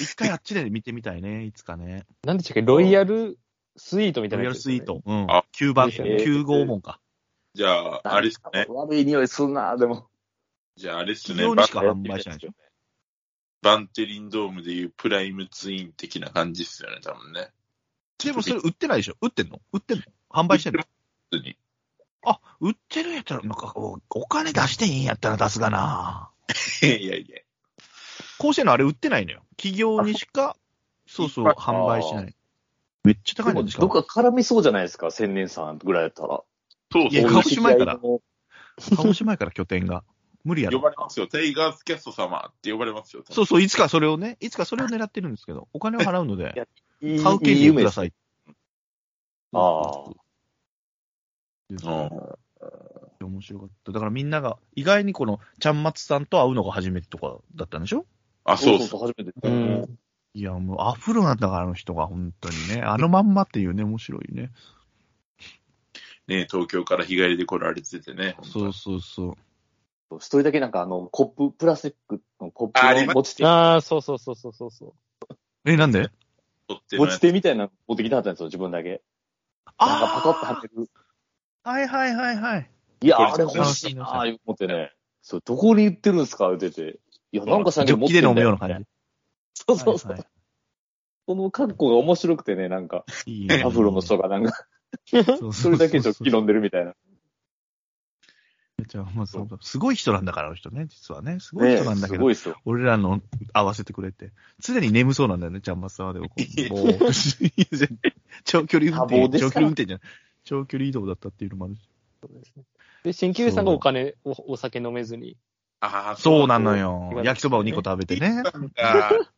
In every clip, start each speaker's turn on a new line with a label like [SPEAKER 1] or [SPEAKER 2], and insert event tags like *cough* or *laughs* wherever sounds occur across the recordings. [SPEAKER 1] 一回あっちで見てみたい
[SPEAKER 2] *laughs*
[SPEAKER 1] ね、いつかね。
[SPEAKER 2] なんでしたっけロイヤルスイートみた
[SPEAKER 1] ロ
[SPEAKER 2] い
[SPEAKER 1] イヤ
[SPEAKER 2] なや
[SPEAKER 1] ル
[SPEAKER 2] つです
[SPEAKER 1] ス
[SPEAKER 2] よ
[SPEAKER 1] イ
[SPEAKER 2] ね、
[SPEAKER 1] ート。うん
[SPEAKER 3] あ。
[SPEAKER 1] 9番、
[SPEAKER 2] いいです
[SPEAKER 3] ね
[SPEAKER 1] 9号門か。
[SPEAKER 3] じゃあ、あれっすね。
[SPEAKER 4] 悪い匂いすんな、でも。
[SPEAKER 3] じゃあ、あれっす
[SPEAKER 1] 企
[SPEAKER 3] ね。
[SPEAKER 1] 業
[SPEAKER 3] バ
[SPEAKER 1] に
[SPEAKER 3] ン
[SPEAKER 1] しか販売しないでしょ。
[SPEAKER 3] バンテリンドームでいうプライムツイン的な感じっすよね、多分ね。
[SPEAKER 1] でもそれ売ってないでしょ売ってんの売ってんの販売してんの
[SPEAKER 3] 普通に。 *laughs*
[SPEAKER 1] あ、売ってるんやったら、なんかお、お金出していいんやったら出すがな。
[SPEAKER 3] いやいや。
[SPEAKER 1] こうしてんのあれ売ってないのよ。企業にしか、そうそう、
[SPEAKER 3] いっ
[SPEAKER 1] 販売しない。めっちゃ高い
[SPEAKER 4] で
[SPEAKER 1] の
[SPEAKER 4] も
[SPEAKER 1] しか
[SPEAKER 4] どっ
[SPEAKER 1] も。
[SPEAKER 4] か絡みそうじゃないですか、千年さんぐらいだったら。
[SPEAKER 3] そう
[SPEAKER 1] いや
[SPEAKER 3] そう。
[SPEAKER 1] 鹿児島やから
[SPEAKER 4] こ
[SPEAKER 1] 鹿児島やから拠点が。無理や
[SPEAKER 3] 呼
[SPEAKER 1] ろ。
[SPEAKER 3] ばれますよ。タイガースキャスト様って呼ばれますよ。
[SPEAKER 1] そうそう、いつかそれをね、いつかそれを狙ってるんですけど、お金を払うので、
[SPEAKER 4] のいい
[SPEAKER 1] 買う権
[SPEAKER 4] いい
[SPEAKER 1] 利をく
[SPEAKER 4] 夢
[SPEAKER 1] だ
[SPEAKER 4] です
[SPEAKER 1] さい。
[SPEAKER 4] ああ。
[SPEAKER 3] うん。
[SPEAKER 1] 面白かった。だからみんなが、意外にこの、ちゃんまつさんと会うのが初めてとかだったんでしょ
[SPEAKER 3] あ、そうっす。
[SPEAKER 4] そう、初めて。
[SPEAKER 2] うん。
[SPEAKER 1] いや、もうアフロなんだから、あの人が、本当にね。あのまんまっていうね、面白いね。
[SPEAKER 3] ね東京から日帰りで来られててね。
[SPEAKER 1] そうそうそう。
[SPEAKER 4] 一人だけなんかあの、コップ、プラスチックのコッ
[SPEAKER 3] ああり
[SPEAKER 4] プ
[SPEAKER 3] ます
[SPEAKER 4] を持ち手、
[SPEAKER 2] ああ、そうそうそうそうそうそう。
[SPEAKER 1] え、なんで
[SPEAKER 3] 撮ってる
[SPEAKER 4] 持ち手みたいなの持ってきたかったんですよ、自分だけ。なんかパカッとはめる。
[SPEAKER 1] あーはいはいはいはい。
[SPEAKER 4] いや、
[SPEAKER 3] これ
[SPEAKER 4] あれ欲しいなぁ、思ってね。そう、どこに売ってるんですか言ってて。いや、なんかさ
[SPEAKER 1] ジョッキで飲むような感
[SPEAKER 4] じ。*laughs* そう
[SPEAKER 1] じ。
[SPEAKER 4] そうそう。
[SPEAKER 1] はいは
[SPEAKER 4] その格好が面白くてね、な
[SPEAKER 1] *laughs*
[SPEAKER 4] んか、
[SPEAKER 1] いいいね
[SPEAKER 4] アフロの人がなんか、
[SPEAKER 1] そう
[SPEAKER 4] そ
[SPEAKER 1] そうそうそう
[SPEAKER 4] れだけジョッキ飲んでるみ
[SPEAKER 1] *laughs*
[SPEAKER 4] たいな。
[SPEAKER 1] じゃあまあそうすごい人なんだから、あの人ね、実はね。すごい
[SPEAKER 4] ね
[SPEAKER 1] 人なんだ
[SPEAKER 4] す
[SPEAKER 1] けど、
[SPEAKER 4] ごいっすよ。
[SPEAKER 1] 俺らの合わせてくれて。常に眠そうなんだよね、ちゃんまつさんはでも。こうぼーっとして長距離運
[SPEAKER 4] 多忙
[SPEAKER 1] 転、
[SPEAKER 4] で
[SPEAKER 1] 長距
[SPEAKER 4] すから
[SPEAKER 1] 離運転じゃない。長距離移動だったっていうのもあるし。
[SPEAKER 2] で、新旧さんがお金、おお酒飲めずに。
[SPEAKER 3] ああ、
[SPEAKER 1] そう
[SPEAKER 3] な
[SPEAKER 1] なのよ
[SPEAKER 2] そ。う
[SPEAKER 1] 焼きそばを2個食べてね。
[SPEAKER 3] んか、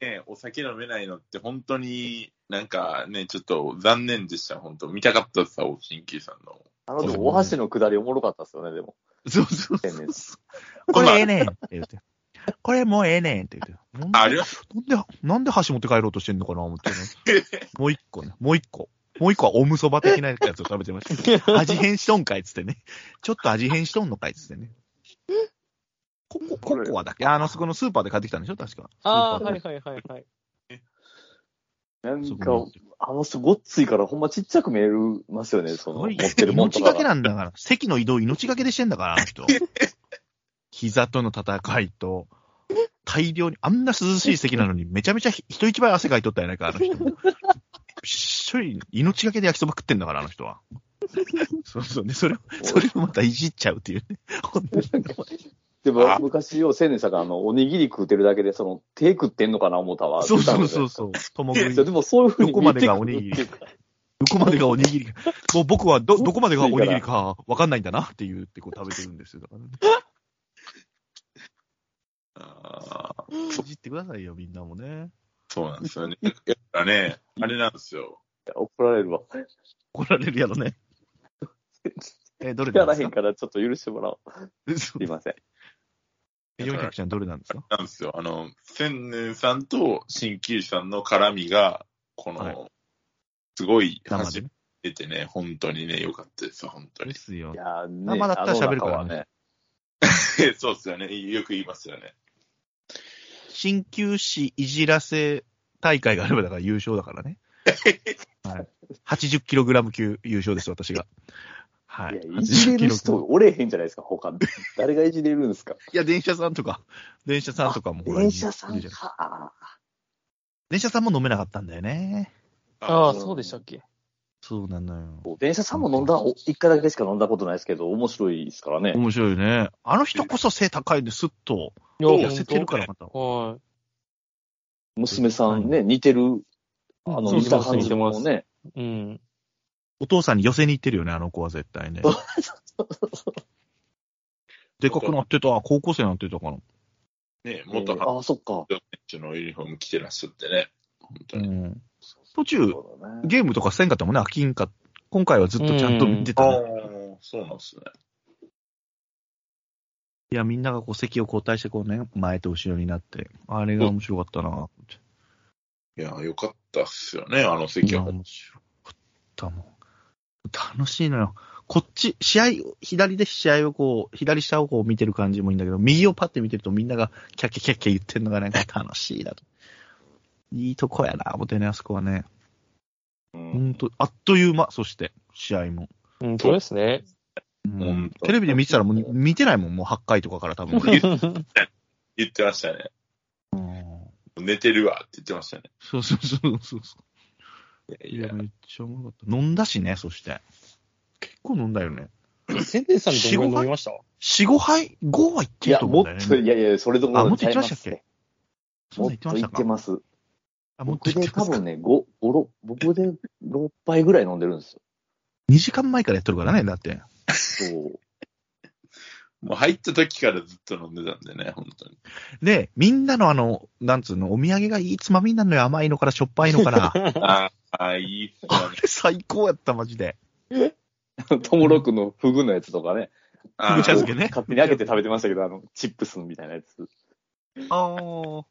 [SPEAKER 3] ね、お酒飲めないのって本当になんかね、ちょっと残念でした、本当見たかったさ、おしんきさんの。
[SPEAKER 4] あの、でもお箸の下りおもろかったっすよね、でも。
[SPEAKER 1] そうそう
[SPEAKER 4] 千年さ
[SPEAKER 1] そう。これええねんって言って。これもうええねんって言って。なんで
[SPEAKER 3] あ、ありまし
[SPEAKER 1] なんで、なんで箸持って帰ろうとしてんのかな思ってね。もう一個ね。もう一個。もう一個はおむそば的なやつを食べてました。味変しとんかいっつってね。ちょっと味変しとんのかいっつってね。ココ、ココアだっけあの、そこのスーパーで買ってきたんでしょ確か。
[SPEAKER 2] ああ、
[SPEAKER 1] スーパー
[SPEAKER 2] は
[SPEAKER 1] で
[SPEAKER 2] いはいはいはい。
[SPEAKER 4] なん
[SPEAKER 1] そ
[SPEAKER 4] か
[SPEAKER 1] こ、
[SPEAKER 4] あの人ごっついからほんまちっちゃく見えますよね、そ
[SPEAKER 1] す
[SPEAKER 4] の、
[SPEAKER 1] ご
[SPEAKER 4] 持っ
[SPEAKER 1] い。
[SPEAKER 4] てるもんと
[SPEAKER 1] 命
[SPEAKER 4] か
[SPEAKER 1] がけ
[SPEAKER 4] が。
[SPEAKER 1] なんだから。席の移動命がけでしてんだから、あの
[SPEAKER 4] *laughs*
[SPEAKER 1] 人。膝との戦いと、大量に、あんな涼しい席なのに、めちゃめちゃひ人一倍汗かいとったやないか、あの人。びっしょり、命がけで焼きそば食ってんだから、あの人は。そうそうね、それを、それをまたいじっちゃうっていうね。
[SPEAKER 4] *laughs*
[SPEAKER 1] ほんとに
[SPEAKER 4] でも、
[SPEAKER 3] あ
[SPEAKER 4] 昔を千年さんがあの、おにぎり食うてるだけで、その、手食ってんのかな思ったわ。
[SPEAKER 1] そうそう
[SPEAKER 4] そ
[SPEAKER 1] そうう。そう。ともぐい。
[SPEAKER 4] で
[SPEAKER 1] ど
[SPEAKER 4] もそういうふうに
[SPEAKER 1] こまでがおにぎり。どこまでがおにぎりか。もう僕は
[SPEAKER 4] *laughs*
[SPEAKER 1] ど、どこまでがおにぎりか、わかんないんだなっていうってこう食べてるんですよ。だからね
[SPEAKER 4] *laughs*
[SPEAKER 3] た。ああ
[SPEAKER 1] いじってくださいよ、みんなもね。
[SPEAKER 3] そうなんですよね。やっぱね、あれなんですよ。
[SPEAKER 4] 怒られるわ。
[SPEAKER 1] 怒られるやろ
[SPEAKER 4] *laughs*
[SPEAKER 1] ね。え、どれな
[SPEAKER 4] や
[SPEAKER 1] んで
[SPEAKER 4] ら
[SPEAKER 1] す
[SPEAKER 4] へん
[SPEAKER 1] か
[SPEAKER 4] からちょっと許してもらおう。すいません。
[SPEAKER 1] *laughs* えヨネちゃんどれなんですか
[SPEAKER 3] なんですよ。あの、千年さんと新旧さんの絡みが、この、
[SPEAKER 1] はい
[SPEAKER 3] すごい
[SPEAKER 1] 生で
[SPEAKER 3] 初
[SPEAKER 1] ね。
[SPEAKER 3] めてね、本当にね、良かったです、本当
[SPEAKER 1] で *laughs*
[SPEAKER 3] に。
[SPEAKER 1] すよ
[SPEAKER 4] い。やーね、
[SPEAKER 1] 生だったら喋るからね
[SPEAKER 4] あの中は。
[SPEAKER 3] そうっすよね。よく言いますよね。
[SPEAKER 1] 鍼灸師いじらせ大会があればだから優勝だから
[SPEAKER 4] *laughs*
[SPEAKER 1] ね。はい。80キログラム級優勝です、私が。はいい。
[SPEAKER 4] や、いじれ
[SPEAKER 1] 80
[SPEAKER 4] る
[SPEAKER 1] キロ
[SPEAKER 4] 人おれへんじゃないですか、他。誰がいじれるんですか。
[SPEAKER 1] いや、電車さんとか、電車さんとかもほら
[SPEAKER 4] 電車さ
[SPEAKER 1] い
[SPEAKER 4] ん
[SPEAKER 1] るじゃん
[SPEAKER 4] か。
[SPEAKER 1] 電車さんも飲めなかったんだよね。
[SPEAKER 2] ああ、
[SPEAKER 4] そう
[SPEAKER 2] そうでしたっけ。
[SPEAKER 1] そうなのよ。
[SPEAKER 4] 電車さんも飲んだ、お一回だけしか飲んだことないですけど、面白いですからね。
[SPEAKER 1] 面白いね。あの人こそ背高いんで、スッと。
[SPEAKER 2] い
[SPEAKER 3] そう
[SPEAKER 1] 痩せてるから、また。
[SPEAKER 2] は
[SPEAKER 4] 娘さんね、似てる、あの、
[SPEAKER 2] そう
[SPEAKER 4] 似
[SPEAKER 2] そう
[SPEAKER 4] た感じの
[SPEAKER 2] 似
[SPEAKER 4] ね。
[SPEAKER 2] い。うん。
[SPEAKER 1] お父さんに寄せに行ってるよね、あの子は絶対ね。でかくなってた、高校生になってたかな。
[SPEAKER 3] ね、
[SPEAKER 4] え
[SPEAKER 3] 元
[SPEAKER 4] ーあ、そっか。
[SPEAKER 3] 選手のユニフォーム着てらっしゃってね。本当
[SPEAKER 1] う
[SPEAKER 3] に。
[SPEAKER 1] ん。途中、
[SPEAKER 4] そうだね
[SPEAKER 1] ゲームとかせんかったもんね、飽きんか。今回はずっとちゃんと見てたね、
[SPEAKER 3] あ、そうなんですね。
[SPEAKER 1] いや、みんながこう席を交代してこうね、前と後ろになって。あれが面白かったな。
[SPEAKER 3] いや、よかったっすよね、あの
[SPEAKER 1] い
[SPEAKER 3] 席
[SPEAKER 1] や、
[SPEAKER 3] は。
[SPEAKER 1] 面白かったもん。楽しいのよ。こっち、試合、左で試合をこう、左下をこう見てる感じもいいんだけど、右をパッて見てるとみんながキャッキャキャッキャ言ってるのがなんか楽しいなと。いいとこやな、思てね、あそこはね。ほ
[SPEAKER 4] うん。
[SPEAKER 1] んと、あっという間、そして、試合も。
[SPEAKER 2] うん、そうですね。
[SPEAKER 1] も
[SPEAKER 3] ほ
[SPEAKER 1] うん
[SPEAKER 3] と
[SPEAKER 1] テレビで見てたらもう見てないもん、もう8回とかから多分俺。
[SPEAKER 3] 言ってましたね。
[SPEAKER 1] うん
[SPEAKER 3] 寝てるわって言ってましたね。
[SPEAKER 1] そうそうそうそうそ。
[SPEAKER 3] いうやい
[SPEAKER 1] いや、
[SPEAKER 3] や、
[SPEAKER 1] めっちゃおもろかった。飲んだしね、そして。結構飲んだよね。
[SPEAKER 2] 千年さんどんぐらい飲みました
[SPEAKER 1] 4、5杯 ?5 はいって
[SPEAKER 4] い
[SPEAKER 1] る
[SPEAKER 4] や、
[SPEAKER 1] と思う
[SPEAKER 4] も
[SPEAKER 1] んだよ
[SPEAKER 4] っ
[SPEAKER 1] ね。
[SPEAKER 4] と、いやいや、それどころ
[SPEAKER 1] あもっと行
[SPEAKER 4] ち
[SPEAKER 1] き
[SPEAKER 4] ゃい
[SPEAKER 1] ま
[SPEAKER 4] ま
[SPEAKER 1] したっ
[SPEAKER 4] す
[SPEAKER 1] け
[SPEAKER 4] ね
[SPEAKER 1] そん
[SPEAKER 4] も
[SPEAKER 1] なん
[SPEAKER 4] っ
[SPEAKER 1] 言ってまし
[SPEAKER 4] と行
[SPEAKER 1] た
[SPEAKER 4] って
[SPEAKER 1] か
[SPEAKER 4] ます。
[SPEAKER 1] あもっと
[SPEAKER 4] 僕
[SPEAKER 1] 行っ
[SPEAKER 4] で
[SPEAKER 1] てま
[SPEAKER 4] 多
[SPEAKER 1] すか
[SPEAKER 4] 分ね、5、5、僕で6杯ぐらい飲んでるんですよ。
[SPEAKER 1] 2時間前からやっとるからね、だって。
[SPEAKER 4] そう。 *laughs*
[SPEAKER 3] もう入った時からずっと飲んでたんでね、本当に。
[SPEAKER 1] で、みんなのあの、なんつうの、お土産がいいつまみになるのよ。甘いのからしょっぱいのから。
[SPEAKER 3] ああ、いいっす
[SPEAKER 1] あ
[SPEAKER 3] ね。
[SPEAKER 1] れ *laughs* 最高やった、マジで。
[SPEAKER 4] トモロクのフグのやつとかね。
[SPEAKER 3] あ
[SPEAKER 1] ぶちゃ
[SPEAKER 3] ー
[SPEAKER 1] 漬けね。
[SPEAKER 4] 勝手に開けて食べてましたけど、あの、チップスみたいなやつ。
[SPEAKER 1] ああ。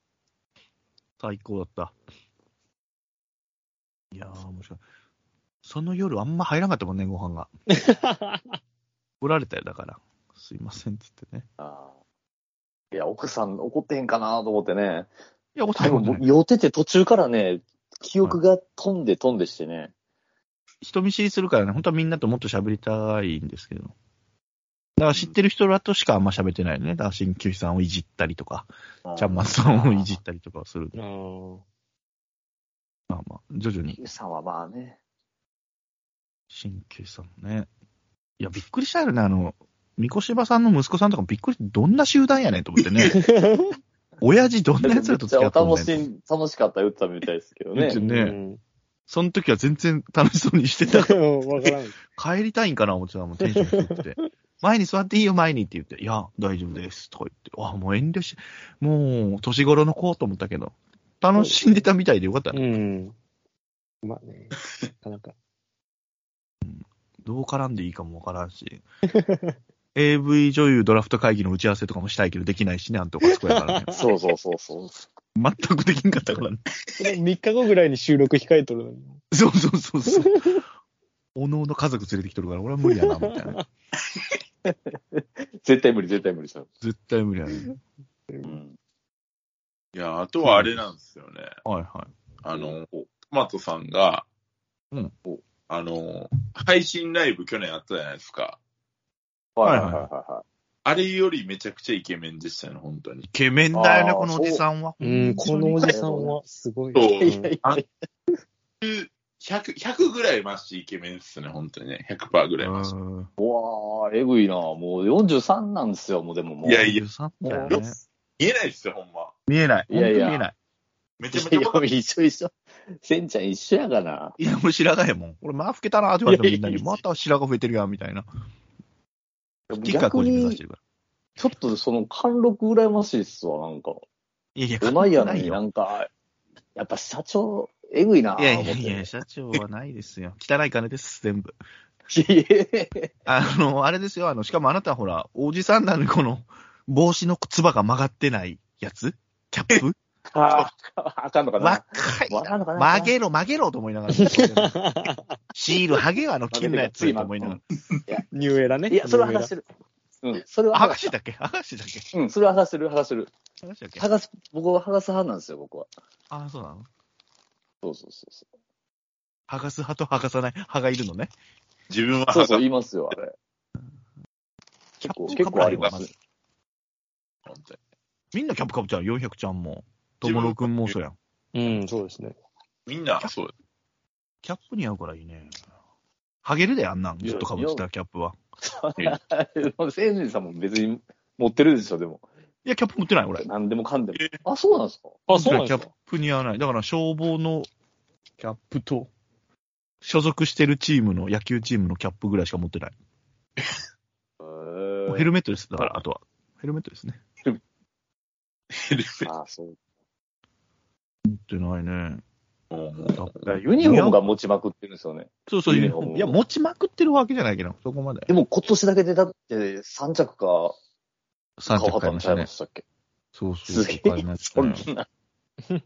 [SPEAKER 1] 最高だった。いやー、面白い。その夜あんま入らなかったもんね、ご *laughs* 飯が。怒られたよ、だから。すいません、つってね。
[SPEAKER 4] あーいや、奥さん怒ってへんかなと思ってね。
[SPEAKER 1] いや、お
[SPEAKER 4] でも、もう寄ってて途中からね、記憶が飛んで飛んでしてね。
[SPEAKER 1] 人見知りするからね、本当はみんなともっと喋りたいんですけど。だから知ってる人らとしかあんま喋ってないよね。だから鍼灸師さんをいじったりとか、ちゃんまつさんをいじったりとかする。
[SPEAKER 2] うん。
[SPEAKER 1] まあまあ、徐々に
[SPEAKER 4] ゆうさんはまあね。
[SPEAKER 1] 鍼灸師さんもね。いや、びっくりしたよね。あの、三越場さんの息子さんとかもびっくり、どんな集団やねんと思って
[SPEAKER 4] *laughs*
[SPEAKER 1] ね。親父どんな奴らと
[SPEAKER 4] めっちゃ
[SPEAKER 1] 付き合ったん
[SPEAKER 4] 楽
[SPEAKER 1] だ
[SPEAKER 4] し
[SPEAKER 1] よ。
[SPEAKER 4] ん、楽しかったら打ったみたいですけど
[SPEAKER 1] 言
[SPEAKER 4] ね
[SPEAKER 1] ってる。
[SPEAKER 2] う
[SPEAKER 1] ね。
[SPEAKER 2] ん。
[SPEAKER 1] その時は全然楽しそうにしてたから
[SPEAKER 2] わからん。
[SPEAKER 1] 帰りたいんかな思ってたもん、テンション低
[SPEAKER 2] *laughs*
[SPEAKER 1] くて。前に座っていいよ、前にって言って、いや、大丈夫です、とか言って、あ、もう遠慮し、もう、年頃の子と思ったけど、楽しんでたみたいでよかったね。
[SPEAKER 2] うん。まあね、なかなか。
[SPEAKER 1] どう絡んでいいかもわからんし。AV 女優ドラフト会議の打ち合わせとかもしたいけど、できないしね、あんとかそこや
[SPEAKER 2] *laughs*
[SPEAKER 1] からね。
[SPEAKER 4] そうそうそうそう。
[SPEAKER 1] 全くできんかったからね。
[SPEAKER 2] それ3日後ぐらいに収録控えとるのに。
[SPEAKER 1] そうそうそうそう。おのおの家族連れてきとるから、俺は無理やな、みたいな。
[SPEAKER 4] 絶対無理、絶対無理ですよ。
[SPEAKER 1] 絶対無理やね。
[SPEAKER 4] うん。
[SPEAKER 3] いや、あとはあれなんですよね。
[SPEAKER 1] はいは
[SPEAKER 3] あの、トマトさんが、
[SPEAKER 1] うん
[SPEAKER 3] あの、配信ライブ去年あったじゃないですか。
[SPEAKER 4] はいはいはいは
[SPEAKER 3] あれよりめちゃくちゃイケメンでしたね、本当
[SPEAKER 1] い。イ
[SPEAKER 3] に。
[SPEAKER 1] ケメンだよね、
[SPEAKER 4] あー
[SPEAKER 1] このおじさんは。
[SPEAKER 2] うん、このおじさんはすごい。
[SPEAKER 3] そう
[SPEAKER 4] い。いやいやいや
[SPEAKER 3] 100、100ぐらいマシイケメンっすね、本当にね。100%ぐらいマシ。
[SPEAKER 1] うん
[SPEAKER 4] うわー、えぐいな。もう43なんですよ、もうでももう。
[SPEAKER 3] いやいや
[SPEAKER 1] 43
[SPEAKER 4] もう
[SPEAKER 1] だよ
[SPEAKER 4] よ
[SPEAKER 1] ね。
[SPEAKER 3] 見えないっすよ、ほんま。
[SPEAKER 1] 見えない。
[SPEAKER 4] いやい
[SPEAKER 1] 本当に
[SPEAKER 4] や
[SPEAKER 1] 見えない。
[SPEAKER 3] め
[SPEAKER 4] い
[SPEAKER 3] ちゃめち
[SPEAKER 4] や
[SPEAKER 3] ゃ
[SPEAKER 4] い
[SPEAKER 3] バカ
[SPEAKER 4] や、一緒一緒。せんちゃん一緒やがな。
[SPEAKER 1] いや、もう白髪やもん。俺、まあ、老けたなって言われても
[SPEAKER 4] いや
[SPEAKER 1] み
[SPEAKER 4] い
[SPEAKER 1] んな
[SPEAKER 4] や
[SPEAKER 1] い
[SPEAKER 4] や
[SPEAKER 1] に、また白髪増えてるやん、みたいな。キッカーコ
[SPEAKER 4] 逆
[SPEAKER 1] ーチ目指して
[SPEAKER 4] に、
[SPEAKER 1] るから。
[SPEAKER 4] ちょっとその貫禄羨ましいっすわ、なんか。
[SPEAKER 1] いやいや、
[SPEAKER 4] うまいやの
[SPEAKER 1] ない
[SPEAKER 4] にな
[SPEAKER 1] よ。
[SPEAKER 4] んか、やっぱ社長、えぐいなぁ
[SPEAKER 1] いやい
[SPEAKER 4] 思
[SPEAKER 1] や
[SPEAKER 4] って。
[SPEAKER 1] いや、社長はないですよ。汚い金です、全部。
[SPEAKER 4] いや
[SPEAKER 1] あの、あれですよ、あの、しかもあなたほら、おじさんなのに、この、帽子のつばが曲がってないやつキャップ
[SPEAKER 4] あーあかんのかな。
[SPEAKER 1] 若い
[SPEAKER 4] わ
[SPEAKER 1] な。
[SPEAKER 4] かんのかな。
[SPEAKER 1] 曲げろ、曲げろと思いながら。シール、ハゲはあ
[SPEAKER 4] *laughs*
[SPEAKER 1] の、金のやつと思いなが
[SPEAKER 2] ニューエラね。
[SPEAKER 4] いや、それは剥がしてる。うん、それ
[SPEAKER 1] ら。
[SPEAKER 4] は
[SPEAKER 1] 剥
[SPEAKER 4] 剥
[SPEAKER 1] が
[SPEAKER 4] が
[SPEAKER 1] し
[SPEAKER 4] して
[SPEAKER 1] た
[SPEAKER 4] て
[SPEAKER 1] っけ剥がしてたっけ
[SPEAKER 4] る。うん、それは剥がしてる、剥がしてる。
[SPEAKER 1] 剥がしてたっ
[SPEAKER 4] 剥
[SPEAKER 1] け
[SPEAKER 4] がす、僕は剥がす派なんですよ、僕は。
[SPEAKER 1] ああ、そうなの
[SPEAKER 4] そうそうそうそ
[SPEAKER 1] 剥がす派と剥がさない派がいるのね。
[SPEAKER 3] 自分
[SPEAKER 4] う。そうそう、
[SPEAKER 3] は、
[SPEAKER 4] 言いますよ、あれ。結構、
[SPEAKER 1] キャップ
[SPEAKER 4] 結構ありま
[SPEAKER 1] かぶられる
[SPEAKER 4] す。
[SPEAKER 3] 本当に
[SPEAKER 1] みんなキャップかぶちゃん、400ちゃんも。友野くんもそうやん。
[SPEAKER 2] うん、そうですね。
[SPEAKER 3] みんな、そう。
[SPEAKER 1] キャップ似合うからいいね。ハゲるで、あんなん。ずっとかぶってた、キャップは。
[SPEAKER 4] *laughs* 千人さんも別に持ってるでしょ、でも。
[SPEAKER 1] いや、キャップ持ってない、俺。
[SPEAKER 4] 何でもかんで
[SPEAKER 3] え
[SPEAKER 4] も。あ、そうなんですか
[SPEAKER 2] あ、そうなん
[SPEAKER 1] キ
[SPEAKER 2] で
[SPEAKER 1] ャ
[SPEAKER 2] す
[SPEAKER 1] ッ
[SPEAKER 2] か
[SPEAKER 1] プ似合わない。だから、消防のキャップと、所属してるチームの、野球チームのキャップぐらいしか持ってない。もうヘ
[SPEAKER 4] へ
[SPEAKER 1] ルメットです。だから、あとは。ヘルメットですね。
[SPEAKER 4] あ、そう。
[SPEAKER 1] 持ってないね。
[SPEAKER 4] だからユニフォームが持ちまくってるんですよね。
[SPEAKER 1] そうそう、ユ
[SPEAKER 4] ユ
[SPEAKER 1] ニ
[SPEAKER 4] ニ
[SPEAKER 1] フ
[SPEAKER 4] フ
[SPEAKER 1] ォ
[SPEAKER 4] ォ
[SPEAKER 1] ーム。
[SPEAKER 4] ーム
[SPEAKER 1] いや、持ちまくってるわけじゃないけど、そこまで。
[SPEAKER 4] でも今年だけでだって3着か
[SPEAKER 1] 3
[SPEAKER 4] 買
[SPEAKER 1] 着買いました
[SPEAKER 4] ま
[SPEAKER 1] ね。
[SPEAKER 4] したっけ
[SPEAKER 1] そうそう。
[SPEAKER 4] すげえ
[SPEAKER 1] 買いました
[SPEAKER 4] そん
[SPEAKER 1] ね
[SPEAKER 4] な。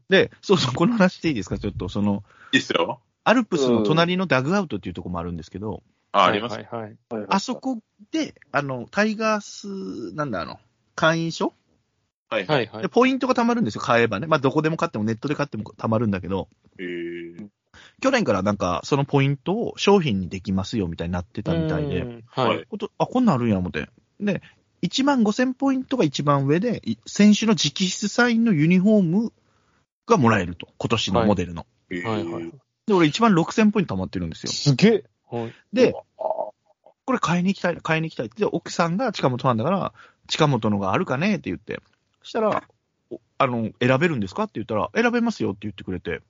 [SPEAKER 1] で、そうそう、この話でいいですかちょっと、その、
[SPEAKER 3] いいっすよ。
[SPEAKER 1] アルプスの隣のダグアウトっていうとこもあるんですけど、
[SPEAKER 3] あ、あります
[SPEAKER 2] は。いはいはい。
[SPEAKER 1] あそこで、あの、タイガース、なんだ、あの、会員証
[SPEAKER 3] はいは。
[SPEAKER 2] はいいはい
[SPEAKER 1] で、。ポイントが貯まるんですよ、買えばね。まあ、どこでも買っても、ネットで買っても貯まるんだけど、
[SPEAKER 3] へー
[SPEAKER 1] 去年からなんか、そのポイントを商品にできますよ、みたいになってたみたいで
[SPEAKER 2] う、ん。は
[SPEAKER 3] はい
[SPEAKER 2] い。
[SPEAKER 1] ことあ、こんなんあるんや、思って。で、1万5000ポイントが一番上で、い選手の直筆サインのユニフォームがもらえると。今年のモデルの。
[SPEAKER 3] へー
[SPEAKER 2] はいはい。
[SPEAKER 1] で、俺1万6000ポイント貯まってるんですよ。
[SPEAKER 2] すげえ。はい。
[SPEAKER 1] で、
[SPEAKER 3] あー
[SPEAKER 1] これ買いに行きたい、買いに行きたいって、で奥さんが近本ファンだから、近本のがあるかねって言って。そしたら、おあの、選べるんですかって言ったら、選べますよって言ってくれて、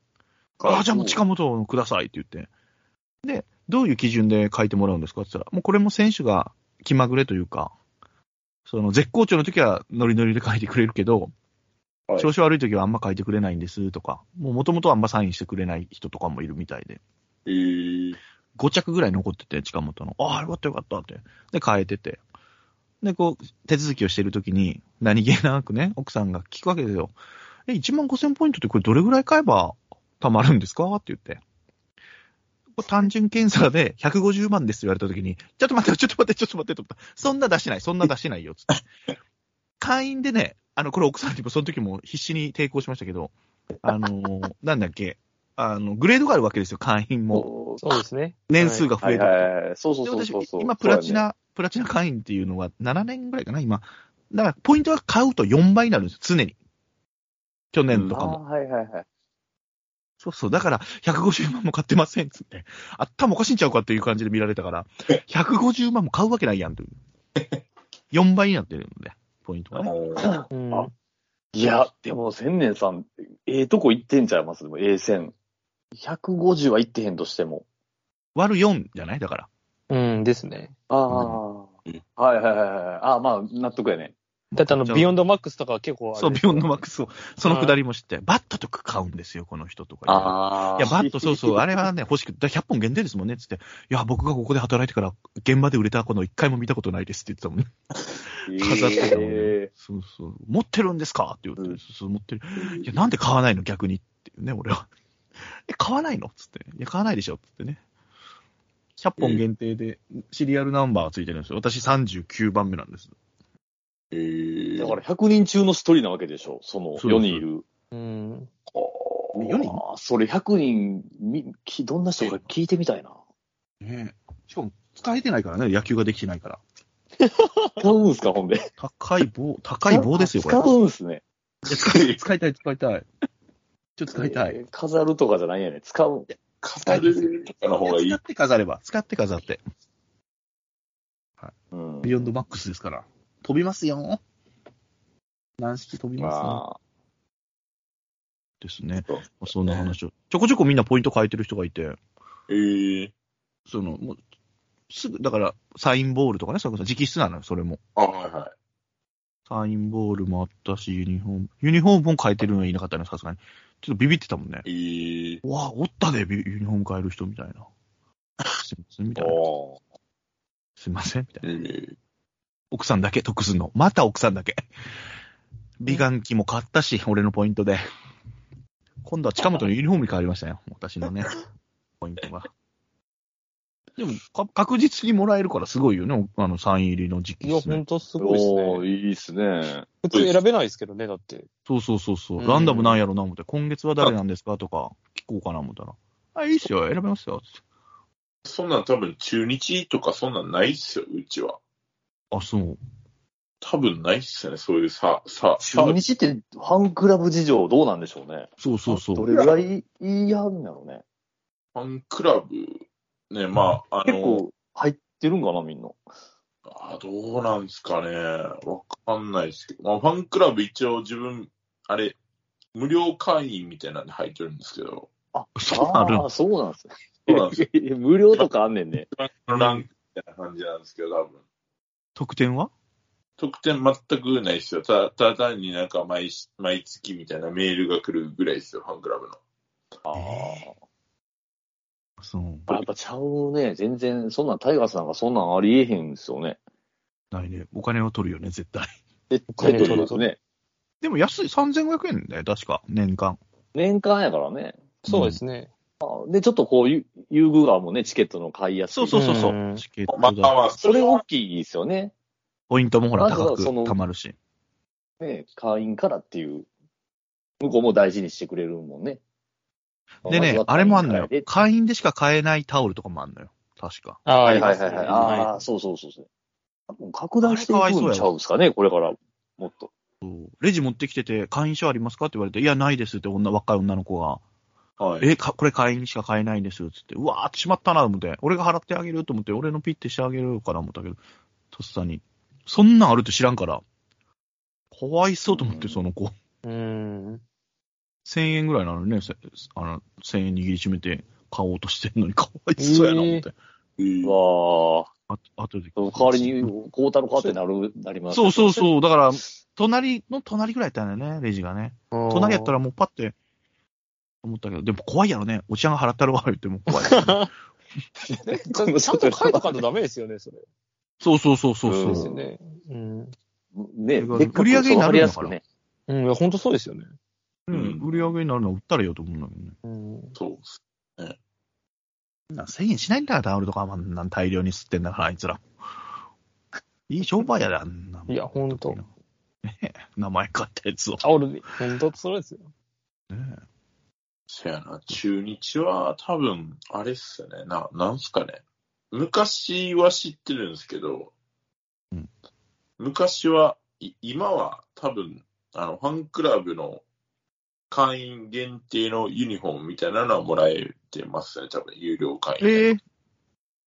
[SPEAKER 1] ああ、じゃあもう近本のくださいって言って。で、どういう基準で書いてもらうんですかって言ったら、もうこれも選手が気まぐれというか、その絶好調の時はノリノリで書いてくれるけど、
[SPEAKER 3] はい
[SPEAKER 1] 調子悪い時はあんま書いてくれないんですとか、もともとあんまサインしてくれない人とかもいるみたいで、
[SPEAKER 3] えー、
[SPEAKER 1] 5着ぐらい残ってて、近本の。ああ、よかったよかったって。で、変えてて。で、こう、手続きをしてる時に、何気なくね、奥さんが聞くわけですよ。え、1万5000ポイントってこれどれぐらい買えば貯まるんですかって言って。これ単純検査で150万ですって言われた時に、ちょっと待って、ちょっと待って、ちょっと待って、と思った。そんな出しない、そんな出しないよ、つって。会員でね、あの、これ奥さんにもその時も必死に抵抗しましたけど、あのーなんだっけ、あの、グレードがあるわけですよ、会員も。
[SPEAKER 4] も
[SPEAKER 2] そうですね。
[SPEAKER 1] 年数が増
[SPEAKER 4] は
[SPEAKER 1] え
[SPEAKER 4] い
[SPEAKER 1] てる
[SPEAKER 4] はいはい。そうそう
[SPEAKER 1] で、
[SPEAKER 4] そうそう
[SPEAKER 1] 私
[SPEAKER 4] そう。、
[SPEAKER 1] 今、プラチ
[SPEAKER 4] そうだね。
[SPEAKER 1] ナ、プラチナ会員っていうのは7年ぐらいかな、今。だから、ポイントが買うと4倍になるんですよ、常に。去年と
[SPEAKER 4] あ
[SPEAKER 1] かも。
[SPEAKER 4] ーはいはいはい。
[SPEAKER 1] そうそう。だから、150万も買ってませんっつって。頭おかしいんちゃうかっていう感じで見られた
[SPEAKER 4] *laughs*
[SPEAKER 1] から、150万も買うわけないやんという。4倍になってるので、ポイント
[SPEAKER 3] あ
[SPEAKER 1] がね。
[SPEAKER 3] の
[SPEAKER 2] うん。
[SPEAKER 4] あいや、でも、千年さん、ええとこ行ってんちゃいますでも、ええ線。150は行ってへんとしても。
[SPEAKER 1] 割る4じゃないだから。
[SPEAKER 2] うんですね。
[SPEAKER 4] ああ、
[SPEAKER 3] うん
[SPEAKER 4] はいはいはいはい。ああ、まあ、納得やね。
[SPEAKER 2] だってあの、
[SPEAKER 1] じゃあ
[SPEAKER 2] ビヨンドマックスとかは結構あ
[SPEAKER 1] そう、ビ
[SPEAKER 2] れですよ
[SPEAKER 1] ヨンドマックスを、そのくだりも知って、バットとか買うんですよ、この人とか。
[SPEAKER 4] あ
[SPEAKER 1] いや、バット、そうそう、あれはね、欲しくて、100本限定ですもんね、つって。いや、僕がここで働いてから、現場で売れたこの一回も見たことないですって言ってたもんね。飾ってたもんね
[SPEAKER 4] え
[SPEAKER 1] そうそう。持ってるんですかって言って、
[SPEAKER 4] うん
[SPEAKER 1] そうそう、持ってる。いや、なんで買わないの逆にっていうね、俺は。え、買わないのつって。いや、買わないでしょつってね。100本限定で、シリアルナンバーがついてるんですよ。私39番目なんです。
[SPEAKER 3] え
[SPEAKER 4] え
[SPEAKER 3] ー、
[SPEAKER 2] *laughs*
[SPEAKER 4] だから、100人中の1人なわけでしょ。その、
[SPEAKER 1] そうそう
[SPEAKER 4] 世にいる。
[SPEAKER 2] うん。
[SPEAKER 1] 世に
[SPEAKER 4] ああ、それ100人み、きどんな人か聞いてみ
[SPEAKER 1] *laughs*
[SPEAKER 4] たいな。
[SPEAKER 1] ねしかも、使えてないからね、野球ができてないから。
[SPEAKER 4] 使うんすか、ほんで。
[SPEAKER 1] 高い棒、高い棒ですよ、これ。
[SPEAKER 4] 使うんすね。
[SPEAKER 1] いや使い使いたい、使いたい。ちょっと使いたい。
[SPEAKER 4] えー飾るとかじゃないやね。使う。
[SPEAKER 3] 飾るとかの方が
[SPEAKER 4] *laughs*
[SPEAKER 3] い
[SPEAKER 1] い
[SPEAKER 3] い
[SPEAKER 1] や使。って飾れば、使って飾って。
[SPEAKER 4] うん。
[SPEAKER 1] ビヨンドマックスですから。飛びますよ。軟式飛びますよ。
[SPEAKER 4] まあ、
[SPEAKER 1] ですね
[SPEAKER 3] そう。
[SPEAKER 1] そんな話を。ちょこちょこみんなポイント変えてる人がいて、
[SPEAKER 3] えー、
[SPEAKER 1] その、もう、すぐ、だから、サインボールとかね、それこそ直筆なのよ、それも。
[SPEAKER 3] あ、はいはい。
[SPEAKER 1] サインボールもあったし、ユニフォーム。ユニフォームも変えてるのはいなかったね、さすがに。ちょっとビビってたもんね。
[SPEAKER 3] えー、
[SPEAKER 1] うわあ、おったで、ビユニフォーム変える人みたいな。すいません、みたいな。
[SPEAKER 4] お
[SPEAKER 1] すいません、みたいな。
[SPEAKER 3] えー、
[SPEAKER 1] 奥さんだけ得すんの。また奥さんだけ。美顔器も買ったし、俺のポイントで。今度は近本のユニフォームに変わりましたよ。私の
[SPEAKER 2] *laughs*
[SPEAKER 1] ね、ポイントが。でもか、確実にもらえるからすごいよね、あの、サイン入りの時期
[SPEAKER 2] い
[SPEAKER 1] で
[SPEAKER 2] や、
[SPEAKER 1] す
[SPEAKER 2] ほ
[SPEAKER 1] ね。
[SPEAKER 2] んとす
[SPEAKER 4] ー
[SPEAKER 2] ごいですね
[SPEAKER 4] お。ーいいっすね。
[SPEAKER 2] 普通選べないですけどね、だって。
[SPEAKER 1] そうそうそうそうう。
[SPEAKER 2] ん
[SPEAKER 1] ランダムなんやろな、思って。今月は誰なんですかとか、聞こうかな、思ったら。あ、いいっすよ、選べますよ。つって
[SPEAKER 3] そんなん多分中日とかそんなんないっすよ、うちは。
[SPEAKER 1] あ、そう。
[SPEAKER 3] 多分ないっすよね、そういうさ、さ、さ
[SPEAKER 4] 中、日ってファンクラブ事情どうなんでしょうね。
[SPEAKER 1] そうそうそ
[SPEAKER 4] ど
[SPEAKER 1] う。
[SPEAKER 4] れぐらいいやんだろうね。
[SPEAKER 3] ファンクラブ、ね、まあ、あ
[SPEAKER 4] 結
[SPEAKER 3] の、
[SPEAKER 4] 構入ってるんかな、みんな。
[SPEAKER 3] あどうなんですかね。わかんないですけど。まあ、ファンクラブ一応自分、あれ、無料会員みたいなんで入ってるんですけど、
[SPEAKER 1] そうなる
[SPEAKER 4] ああ、そうなんですね。
[SPEAKER 3] そうなんですよ。
[SPEAKER 4] いや *laughs* 無料とかあんねんね。 *laughs*
[SPEAKER 3] ファンランクみたいな感じなんですけど、多分。
[SPEAKER 1] 得点は
[SPEAKER 3] 特典全くないですよ。ただ、ただ単になんか毎し、毎月みたいなメールが来るぐらいですよ、ファンクラブの。
[SPEAKER 4] ああ。
[SPEAKER 1] そう。
[SPEAKER 4] やっぱちゃうね。全然、そんなんタイガースなんかそんなんありえへんですよね。
[SPEAKER 1] ないね。お金を取るよね、絶対。
[SPEAKER 4] 絶
[SPEAKER 2] 対取る
[SPEAKER 4] ですね。
[SPEAKER 1] でも安い、3500円だよ、確か。年間。
[SPEAKER 4] 年間やからね。
[SPEAKER 2] そうですね。
[SPEAKER 4] で、ちょっとこう、ゆ優遇がもうね、チケットの買いやすい。
[SPEAKER 1] そうそうそうそうう。
[SPEAKER 2] ん
[SPEAKER 1] チケッ
[SPEAKER 3] まあ
[SPEAKER 1] ト
[SPEAKER 3] まあ
[SPEAKER 1] だ。
[SPEAKER 3] まあ、
[SPEAKER 4] そ
[SPEAKER 3] そ
[SPEAKER 4] れ
[SPEAKER 3] れ
[SPEAKER 4] 大
[SPEAKER 3] は、
[SPEAKER 4] きいですよね。
[SPEAKER 1] ポイントもほら
[SPEAKER 4] まずは
[SPEAKER 1] 高く
[SPEAKER 4] その
[SPEAKER 1] 貯まるし。
[SPEAKER 4] ね、会員からっていう、向こうも大事にしてくれるもんね。
[SPEAKER 1] で
[SPEAKER 4] まず
[SPEAKER 1] ね、
[SPEAKER 4] は
[SPEAKER 1] あれもあんのよ
[SPEAKER 4] 会員からで。
[SPEAKER 1] 会員でしか買えないタオルとかもあんのよ。確か。
[SPEAKER 2] ああ、
[SPEAKER 4] はい
[SPEAKER 2] り
[SPEAKER 4] は
[SPEAKER 2] ま
[SPEAKER 4] い
[SPEAKER 2] す
[SPEAKER 4] はい
[SPEAKER 2] ね
[SPEAKER 4] はい。
[SPEAKER 2] はい
[SPEAKER 4] ああ、そうそうそうそう。多分拡大していくんちゃうんですかね、これから。もっと。
[SPEAKER 1] レジ持ってきてて、会員証ありますかって言われて、いや、ないですって女、若い女の子が、
[SPEAKER 3] はい。
[SPEAKER 1] え、かこれ会員しか買えないんですっつって、うわーってしまったなと思って、俺が払ってあげると思って、俺のピッてしてあげるかな思ったけど、とっさに。そんなんあるって知らんから、かわいそうと思って、
[SPEAKER 4] うん
[SPEAKER 1] その子。
[SPEAKER 2] うーん。
[SPEAKER 1] 1000円ぐらいなのにね、せあの、1000円握りしめて買おうとしてんのに、かわいそうやな思って。
[SPEAKER 3] うん
[SPEAKER 4] わあ、
[SPEAKER 1] ああとで。
[SPEAKER 4] 代わりに、孝太郎かってなる、なります
[SPEAKER 1] そ
[SPEAKER 4] ね。
[SPEAKER 1] うそうそう。だから、隣の隣ぐらいやったんだよね、レジがね。隣やったらもうパッて、思ったけど、でも怖いやろね。おちゃんが払ったろわ、言っても怖い。
[SPEAKER 2] えちゃんちゃんと書いとかんとダメですよね、それ。
[SPEAKER 1] そうそうそうそう
[SPEAKER 4] うん
[SPEAKER 2] です
[SPEAKER 1] そ
[SPEAKER 2] よ
[SPEAKER 1] う。
[SPEAKER 2] ね。うん。
[SPEAKER 4] ね、
[SPEAKER 1] 売
[SPEAKER 4] せっかく
[SPEAKER 1] り上げになるんだから
[SPEAKER 4] そうわりやすくね。
[SPEAKER 2] うん、いや、本当そうですよね。
[SPEAKER 1] う
[SPEAKER 3] うんん、
[SPEAKER 1] 売り上げになるのは売ったらいいよと思うんだけどね。
[SPEAKER 2] うん。
[SPEAKER 3] そうっす。
[SPEAKER 1] な1000円しないんだから、タオルとか、あんなん大量に吸ってんだから、あいつら。いい商売やで、あんな。
[SPEAKER 2] いやほんと。
[SPEAKER 1] ねえ、名前買ったやつを。
[SPEAKER 2] タオルで、本当それですよ。
[SPEAKER 1] ね
[SPEAKER 3] せやな、中日は多分、あれっすよね。な、なんすかね。昔は知ってるんですけど、
[SPEAKER 1] うん
[SPEAKER 3] 昔は、い今は多分、あの、ファンクラブの会員限定のユニフォームみたいなのはもらえてますね、多分、有料会員。
[SPEAKER 1] ええ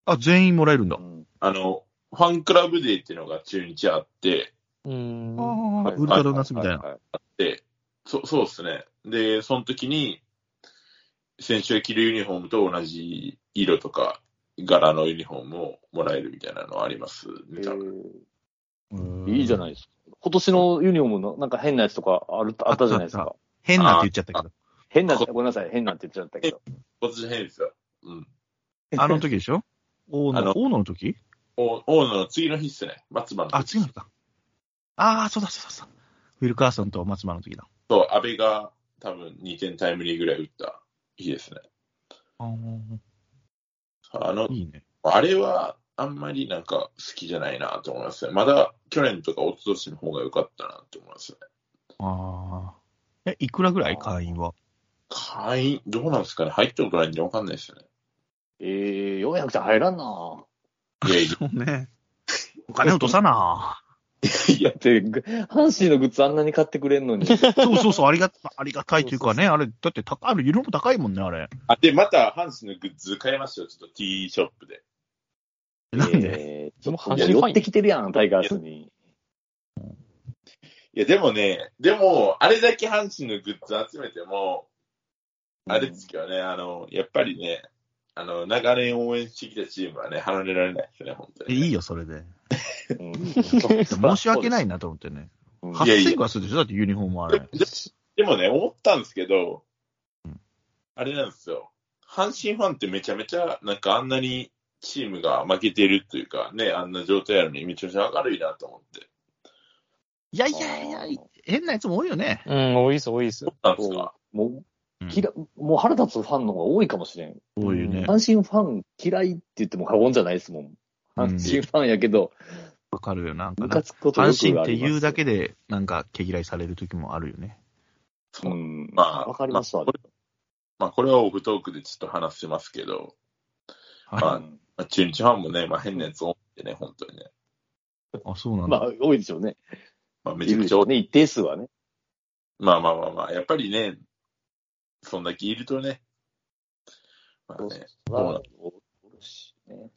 [SPEAKER 1] あ、全員もらえるんだ。
[SPEAKER 4] うん
[SPEAKER 3] あの、ファンクラブデーっていうのが中日あって、
[SPEAKER 2] うん。
[SPEAKER 1] ああ、
[SPEAKER 4] い
[SPEAKER 1] ウルトラドーナツみたいな。
[SPEAKER 4] はは
[SPEAKER 3] で、そそうですね。で、その時に、選手が着るユニフォームと同じ色とか柄のユニフォームをもらえるみたいなのはあります
[SPEAKER 4] い
[SPEAKER 3] ね、多分。
[SPEAKER 4] えーいいじゃ
[SPEAKER 1] い。
[SPEAKER 4] ないですか。今年のユニフォームのなんか変なやつとかあるあったじゃないです
[SPEAKER 1] あっ
[SPEAKER 4] か。
[SPEAKER 1] 変なって言っちゃったけど。
[SPEAKER 4] 変な、ごめんなさい、変なって言っちゃったけど。
[SPEAKER 3] 今年変ですよ。うん。
[SPEAKER 1] あの時でしょ大
[SPEAKER 3] あ
[SPEAKER 1] 野、
[SPEAKER 3] の
[SPEAKER 1] 大野の時
[SPEAKER 3] お大野の次の日っすね。松葉の時
[SPEAKER 1] あ、次の日か。ああ、そうだそうだそうだ。ウィルカーソンと松間の時だ。
[SPEAKER 3] そう、安倍が多分2点タイムリーぐらい打った日ですね。
[SPEAKER 1] あ
[SPEAKER 3] あの
[SPEAKER 1] あ、、いいね。
[SPEAKER 3] あれはあんまりなんか好きじゃないなと思いますね。まだ去年とか一昨年の方が良かったなと思いますね。
[SPEAKER 1] ああ。え、いくらぐらい会員は。
[SPEAKER 3] 会員、どうなんですかね入ったことないんでわかんないですよね。
[SPEAKER 4] ええー、400ちゃん入らんな。
[SPEAKER 3] いやいや
[SPEAKER 1] そうね。お金落とさな。
[SPEAKER 3] いや、
[SPEAKER 4] で、ぐ阪神のグッズあんなに買ってくれんのに。
[SPEAKER 1] そうそうそう、ありが、 *laughs* ありがたいというかね、あれ、だって高い、あれ、色も高いもんね、あれ。
[SPEAKER 3] あ、で、また、阪神のグッズ買いましたよ。ちょっと T ショップで。
[SPEAKER 1] *laughs* なんで、
[SPEAKER 4] で、
[SPEAKER 2] でも
[SPEAKER 4] いや寄ってきてるやん、タイガースに。
[SPEAKER 3] いや、でもね、でも、あれだけ阪神のグッズ集めても、あれですけどね、あの、やっぱりね、あの、長年応援してきたチームはね、離れられないですね、本当
[SPEAKER 1] え
[SPEAKER 3] に、
[SPEAKER 1] いいよ、それで。
[SPEAKER 4] うん
[SPEAKER 1] 申し訳ないなと思ってね。
[SPEAKER 4] うん
[SPEAKER 3] いやいや
[SPEAKER 1] 8000円はするでしょだってユニフォームあ
[SPEAKER 3] で
[SPEAKER 1] れ。
[SPEAKER 3] ででもね、思ったんですけど
[SPEAKER 1] うん、
[SPEAKER 3] あれなんですよ。阪神ファンってめちゃめちゃ、なんかあんなにチームが負けてるというか、ね、あんな状態やのにめちゃめちゃ明るいなと思って。
[SPEAKER 1] いやいやいやいや、変なやつも多いよね。
[SPEAKER 2] うん、多いです、多いです。
[SPEAKER 3] なんですか
[SPEAKER 4] も
[SPEAKER 1] うん
[SPEAKER 4] う、嫌、もう腹立つファンの方が多いかもしれん。
[SPEAKER 1] 多いよね。
[SPEAKER 4] 阪神ファン嫌いって言っても過言じゃないですもん。
[SPEAKER 1] うん
[SPEAKER 4] 阪神ファンやけど、
[SPEAKER 1] わかるよ、なんか
[SPEAKER 4] ム
[SPEAKER 1] ね
[SPEAKER 4] カ。つくことよくあ
[SPEAKER 1] 阪神
[SPEAKER 4] りま
[SPEAKER 1] っ
[SPEAKER 4] す
[SPEAKER 1] て言うだけで、なんか、毛嫌いされる時もあるよね。
[SPEAKER 4] うん。
[SPEAKER 3] まあ
[SPEAKER 4] わかりますわ。
[SPEAKER 3] まあ、これはオフトークでちょっと話してますけど、
[SPEAKER 1] は
[SPEAKER 3] あ
[SPEAKER 4] うん
[SPEAKER 3] まあ、中日ファンもね、まあ、変なやつ多くてね、本当にね。
[SPEAKER 1] い。あ、そうなん
[SPEAKER 4] ま
[SPEAKER 1] だ。
[SPEAKER 4] あ、多いでしょうね。
[SPEAKER 3] まあ、め
[SPEAKER 4] い
[SPEAKER 3] ちゃ
[SPEAKER 4] る
[SPEAKER 3] く
[SPEAKER 4] で
[SPEAKER 3] ち
[SPEAKER 4] し
[SPEAKER 3] ゃ
[SPEAKER 4] ょ
[SPEAKER 3] 多
[SPEAKER 4] う
[SPEAKER 3] い、
[SPEAKER 4] ね。一定数はね。
[SPEAKER 3] まあまあまあまあ、やっぱりね、そんだけいるとね、まあ
[SPEAKER 4] そう
[SPEAKER 3] ね、
[SPEAKER 4] そうはおるしね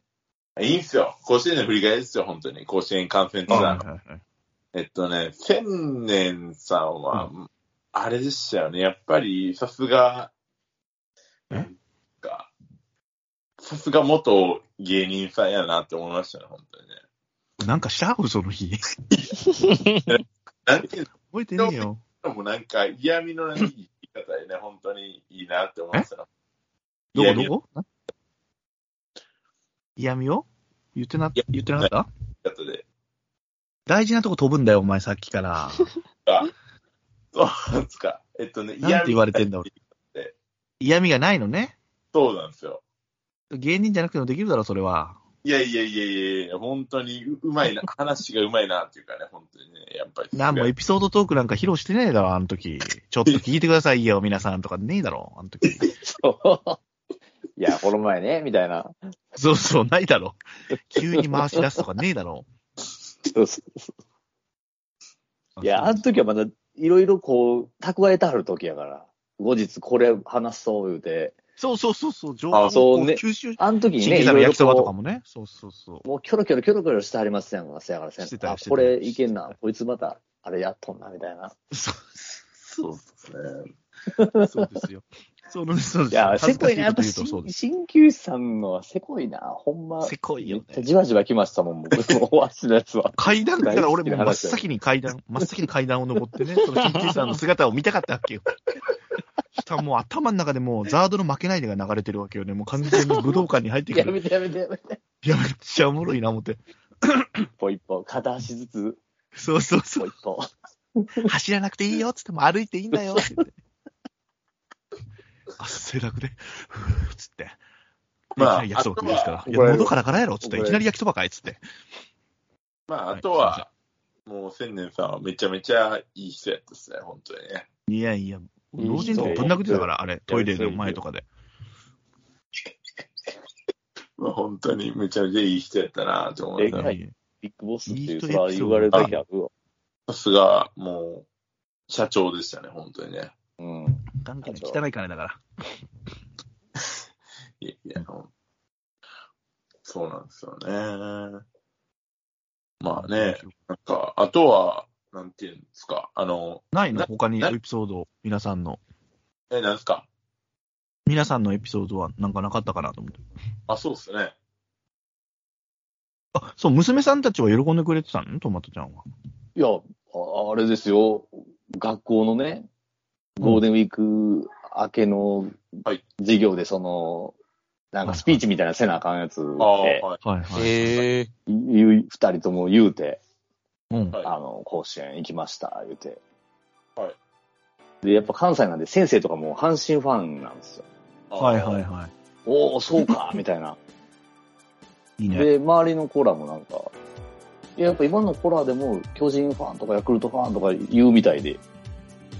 [SPEAKER 3] いいんすよ。甲子園の振り返りですよ、本当に。甲子園観戦ツ
[SPEAKER 1] はいは
[SPEAKER 3] アーの。
[SPEAKER 1] いはい
[SPEAKER 3] えっとね、千年さんは、あれでしたよね、やっぱり、さすが、
[SPEAKER 1] え
[SPEAKER 3] なんかさすが元芸人さんやなって思いましたね、本当にね。
[SPEAKER 1] なんかしたその日。 *laughs*
[SPEAKER 3] なんていう
[SPEAKER 1] 覚えてねえよ。
[SPEAKER 3] のもなんか嫌味のない言い方でね、本当にいいなって思いましたね。
[SPEAKER 1] どこ
[SPEAKER 3] 嫌味
[SPEAKER 1] どこ嫌味を言ってな、言ってなかった
[SPEAKER 3] やったで。
[SPEAKER 1] 大事なとこ飛ぶんだよ、お前さっき
[SPEAKER 4] *laughs*
[SPEAKER 1] から。
[SPEAKER 3] あ、そうなんですか。えっとね、
[SPEAKER 1] なんて言われてんだ俺嫌味がないのね。
[SPEAKER 3] そうなんですよ。
[SPEAKER 1] 芸人じゃなくてもできるだろ、それは。
[SPEAKER 3] いやいやいやいやいや、本当にううまいな、話がうまいなっていうかね、本当にね、やっぱり。
[SPEAKER 1] なんもエピソードトークなんか披露してねえだろ、あの時。ちょっと聞いてくださいよ、皆さんとかねえだろ、あの
[SPEAKER 4] *laughs*
[SPEAKER 1] 時。
[SPEAKER 4] いや、この前ね、みたいな。
[SPEAKER 1] そうそう、ないだろ。急に回し出すとかねえだろ。
[SPEAKER 4] そうそういや、あの時はまだ、いろいろこう、蓄えてある時やから。後日これ話そう言うて。
[SPEAKER 1] そうそうそうそう、情報を
[SPEAKER 4] あそうね
[SPEAKER 1] 吸収し
[SPEAKER 4] あの時に
[SPEAKER 1] 新規
[SPEAKER 4] ね、い
[SPEAKER 1] 座
[SPEAKER 4] ろ
[SPEAKER 1] の
[SPEAKER 4] いろ
[SPEAKER 1] 焼きそばとか
[SPEAKER 4] こ
[SPEAKER 1] もね。そうそうそう
[SPEAKER 4] う、。もうキョロキョロキョロキョロしてありますやんか、せやからせや
[SPEAKER 1] して
[SPEAKER 4] ん
[SPEAKER 1] た
[SPEAKER 4] か。
[SPEAKER 1] よ
[SPEAKER 4] あ、
[SPEAKER 1] してたよ
[SPEAKER 4] これいけんな。こいつまた、あれやっとんな、みたいな。
[SPEAKER 1] そう
[SPEAKER 3] そうですね。
[SPEAKER 1] そうですよ。そのそうです
[SPEAKER 4] いや、
[SPEAKER 1] 恥
[SPEAKER 4] せ
[SPEAKER 1] ず
[SPEAKER 4] こ
[SPEAKER 1] かし
[SPEAKER 4] いな、やっ
[SPEAKER 1] こと
[SPEAKER 4] ぱ
[SPEAKER 1] 言うとそうで
[SPEAKER 4] 新
[SPEAKER 1] す。
[SPEAKER 4] 鍼灸師さんのはせこいな、ほんま。
[SPEAKER 1] せこい
[SPEAKER 4] めっ
[SPEAKER 1] よ
[SPEAKER 4] ちゃ
[SPEAKER 1] ね。
[SPEAKER 4] じわじわ来ましたもん、僕も終わしのや *laughs* つは。
[SPEAKER 1] 階段だから俺も
[SPEAKER 4] 大好きな話
[SPEAKER 1] 真っ先に階段、真っ先に階段を登ってね、その緊急さんの姿を見たかったわけよ。したらもう頭の中でもうザードの負けないでが流れてるわけよね。もう完全に武道館に入ってく
[SPEAKER 4] や
[SPEAKER 1] る。
[SPEAKER 4] めてやめてやめて。
[SPEAKER 1] いや、めっちゃおもろいな、思って。
[SPEAKER 4] 一歩一歩、片足ずつ、
[SPEAKER 1] そうそう
[SPEAKER 4] 一
[SPEAKER 1] そ
[SPEAKER 4] 歩
[SPEAKER 1] う。
[SPEAKER 4] 一歩。
[SPEAKER 1] 走らなくていいよ、つっても歩いていいんだよ、って言って。汗だくで、ふーっつって。
[SPEAKER 3] まあ
[SPEAKER 1] できない焼きそば食いですから。い
[SPEAKER 3] あとは
[SPEAKER 1] や、喉からからやろ、つって。い
[SPEAKER 3] これ
[SPEAKER 1] きなり焼きそばかい、つって。
[SPEAKER 3] まあ、
[SPEAKER 1] はい
[SPEAKER 3] あとは、もう千年さんはめちゃめちゃいい人やったっすね、本当にね。
[SPEAKER 1] いやいや、
[SPEAKER 2] いい
[SPEAKER 1] 老人とかぶん殴ってたから、あれ、トイレの前とかで。
[SPEAKER 3] まあ、本当にめちゃめちゃいい人やったなと思っ
[SPEAKER 4] でか
[SPEAKER 3] て。
[SPEAKER 4] いビッグボスってい、
[SPEAKER 1] いいう人
[SPEAKER 4] そ
[SPEAKER 1] エピソード
[SPEAKER 4] ら言われるだけあるわ。
[SPEAKER 3] さすが、もう、社長でしたね、本当にね。
[SPEAKER 4] うん。
[SPEAKER 1] 関係ない汚い金だから。
[SPEAKER 3] いやいや、あのそうなんですよね。まあね、なんか、あとは、なんていうんですか、あの、
[SPEAKER 1] ないの
[SPEAKER 3] な
[SPEAKER 1] 他に
[SPEAKER 3] な
[SPEAKER 1] エピソード、皆さんの。
[SPEAKER 3] え、なんですか
[SPEAKER 1] 皆さんのエピソードはなんかなかったかなと思って。
[SPEAKER 3] あ、そうっすね。
[SPEAKER 1] あ、そう、娘さんたちは喜んでくれてたのトマトちゃんは。
[SPEAKER 4] いや、ああれですよ、学校のね、ゴールデンウィーク明けの
[SPEAKER 3] はい
[SPEAKER 4] 授業で、その、なんかスピーチみたいなせなあかんやつ
[SPEAKER 3] ああ、
[SPEAKER 4] で、
[SPEAKER 3] はい。
[SPEAKER 1] はいはい。
[SPEAKER 2] へえ。
[SPEAKER 4] 言う二人とも言うて、
[SPEAKER 1] うん。
[SPEAKER 3] はい
[SPEAKER 4] あの、甲子園行きました、言うて。
[SPEAKER 3] はい。
[SPEAKER 4] で、やっぱ関西なんで先生とかも阪神ファンなんですよ。
[SPEAKER 1] はいはいは
[SPEAKER 4] おお、そうか、 *laughs* みたいな。
[SPEAKER 1] い。いいね。
[SPEAKER 4] で、周りのコーラもなんか、いややっぱ今のコーラでも巨人ファンとかヤクルトファンとか言うみたいで、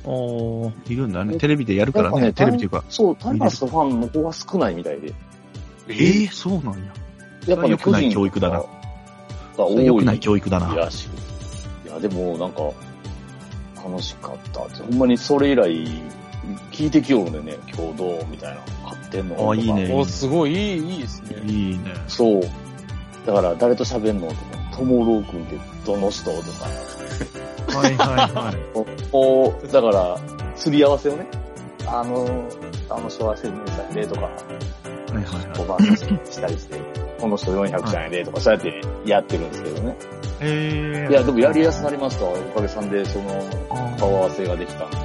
[SPEAKER 1] おー、いるんだね。テレビでやるから
[SPEAKER 4] なんか
[SPEAKER 1] ね。
[SPEAKER 4] ね
[SPEAKER 1] テレビっていうか。
[SPEAKER 4] そう、タイガースのファンの子が少ないみたいで、
[SPEAKER 3] え
[SPEAKER 1] え
[SPEAKER 3] ー
[SPEAKER 1] ー、そうなんや。
[SPEAKER 4] やっぱ
[SPEAKER 1] 良
[SPEAKER 4] り
[SPEAKER 1] く
[SPEAKER 4] 巨
[SPEAKER 1] ない
[SPEAKER 4] 人
[SPEAKER 1] 教育だな
[SPEAKER 4] が多い
[SPEAKER 1] 良くない教育だな。
[SPEAKER 4] らしい。いや、でもなんか、楽しかったって、ほんまにそれ以来、聞いてきよるんでね、今日どうみたいな、買ってんのとか
[SPEAKER 1] あいいね
[SPEAKER 2] お、すごい、いい、いいですね。
[SPEAKER 1] いいね。
[SPEAKER 4] そう。だから、誰と喋んのとか、トモロー君ってどの人とか、
[SPEAKER 1] はいはいはい。
[SPEAKER 4] こう、だから、すり合わせをね、あの、あの人は1000人さんでとか、
[SPEAKER 1] はいはいはい。
[SPEAKER 4] 5番のしたりして、この人400じゃないでとか、そうやってやってるんですけどね。
[SPEAKER 1] えー。
[SPEAKER 4] いや、でもやりやすくなりました。おかげさんで、その、
[SPEAKER 1] あー
[SPEAKER 4] 顔合わせができたんで。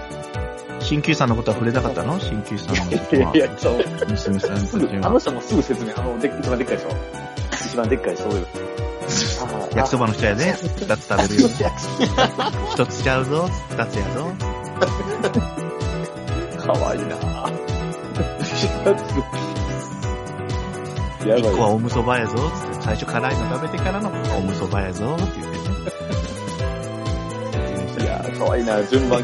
[SPEAKER 1] 鍼灸師さんのことは触れなかったの鍼灸師さんのこと
[SPEAKER 4] いやい
[SPEAKER 1] は。
[SPEAKER 4] や、そう。
[SPEAKER 1] 娘さんたち
[SPEAKER 4] すぐ、あ
[SPEAKER 1] は
[SPEAKER 4] の。人もすぐ説明、あの、で一番でっかいでしょ。一番でっかい *laughs* 醤油。
[SPEAKER 1] 焼きそ
[SPEAKER 4] ば
[SPEAKER 1] ばの人やで。二つ食べるよ。
[SPEAKER 4] *laughs*
[SPEAKER 1] 一つちゃうぞ。二つやぞ。
[SPEAKER 4] かわ *laughs* いいなや
[SPEAKER 1] 一個は
[SPEAKER 4] ば
[SPEAKER 1] おむそばやぞ。つって最初辛いの食べてからの
[SPEAKER 4] *laughs*
[SPEAKER 1] おむそばやぞ。って言ってね。
[SPEAKER 4] い。いや、かわいいな順番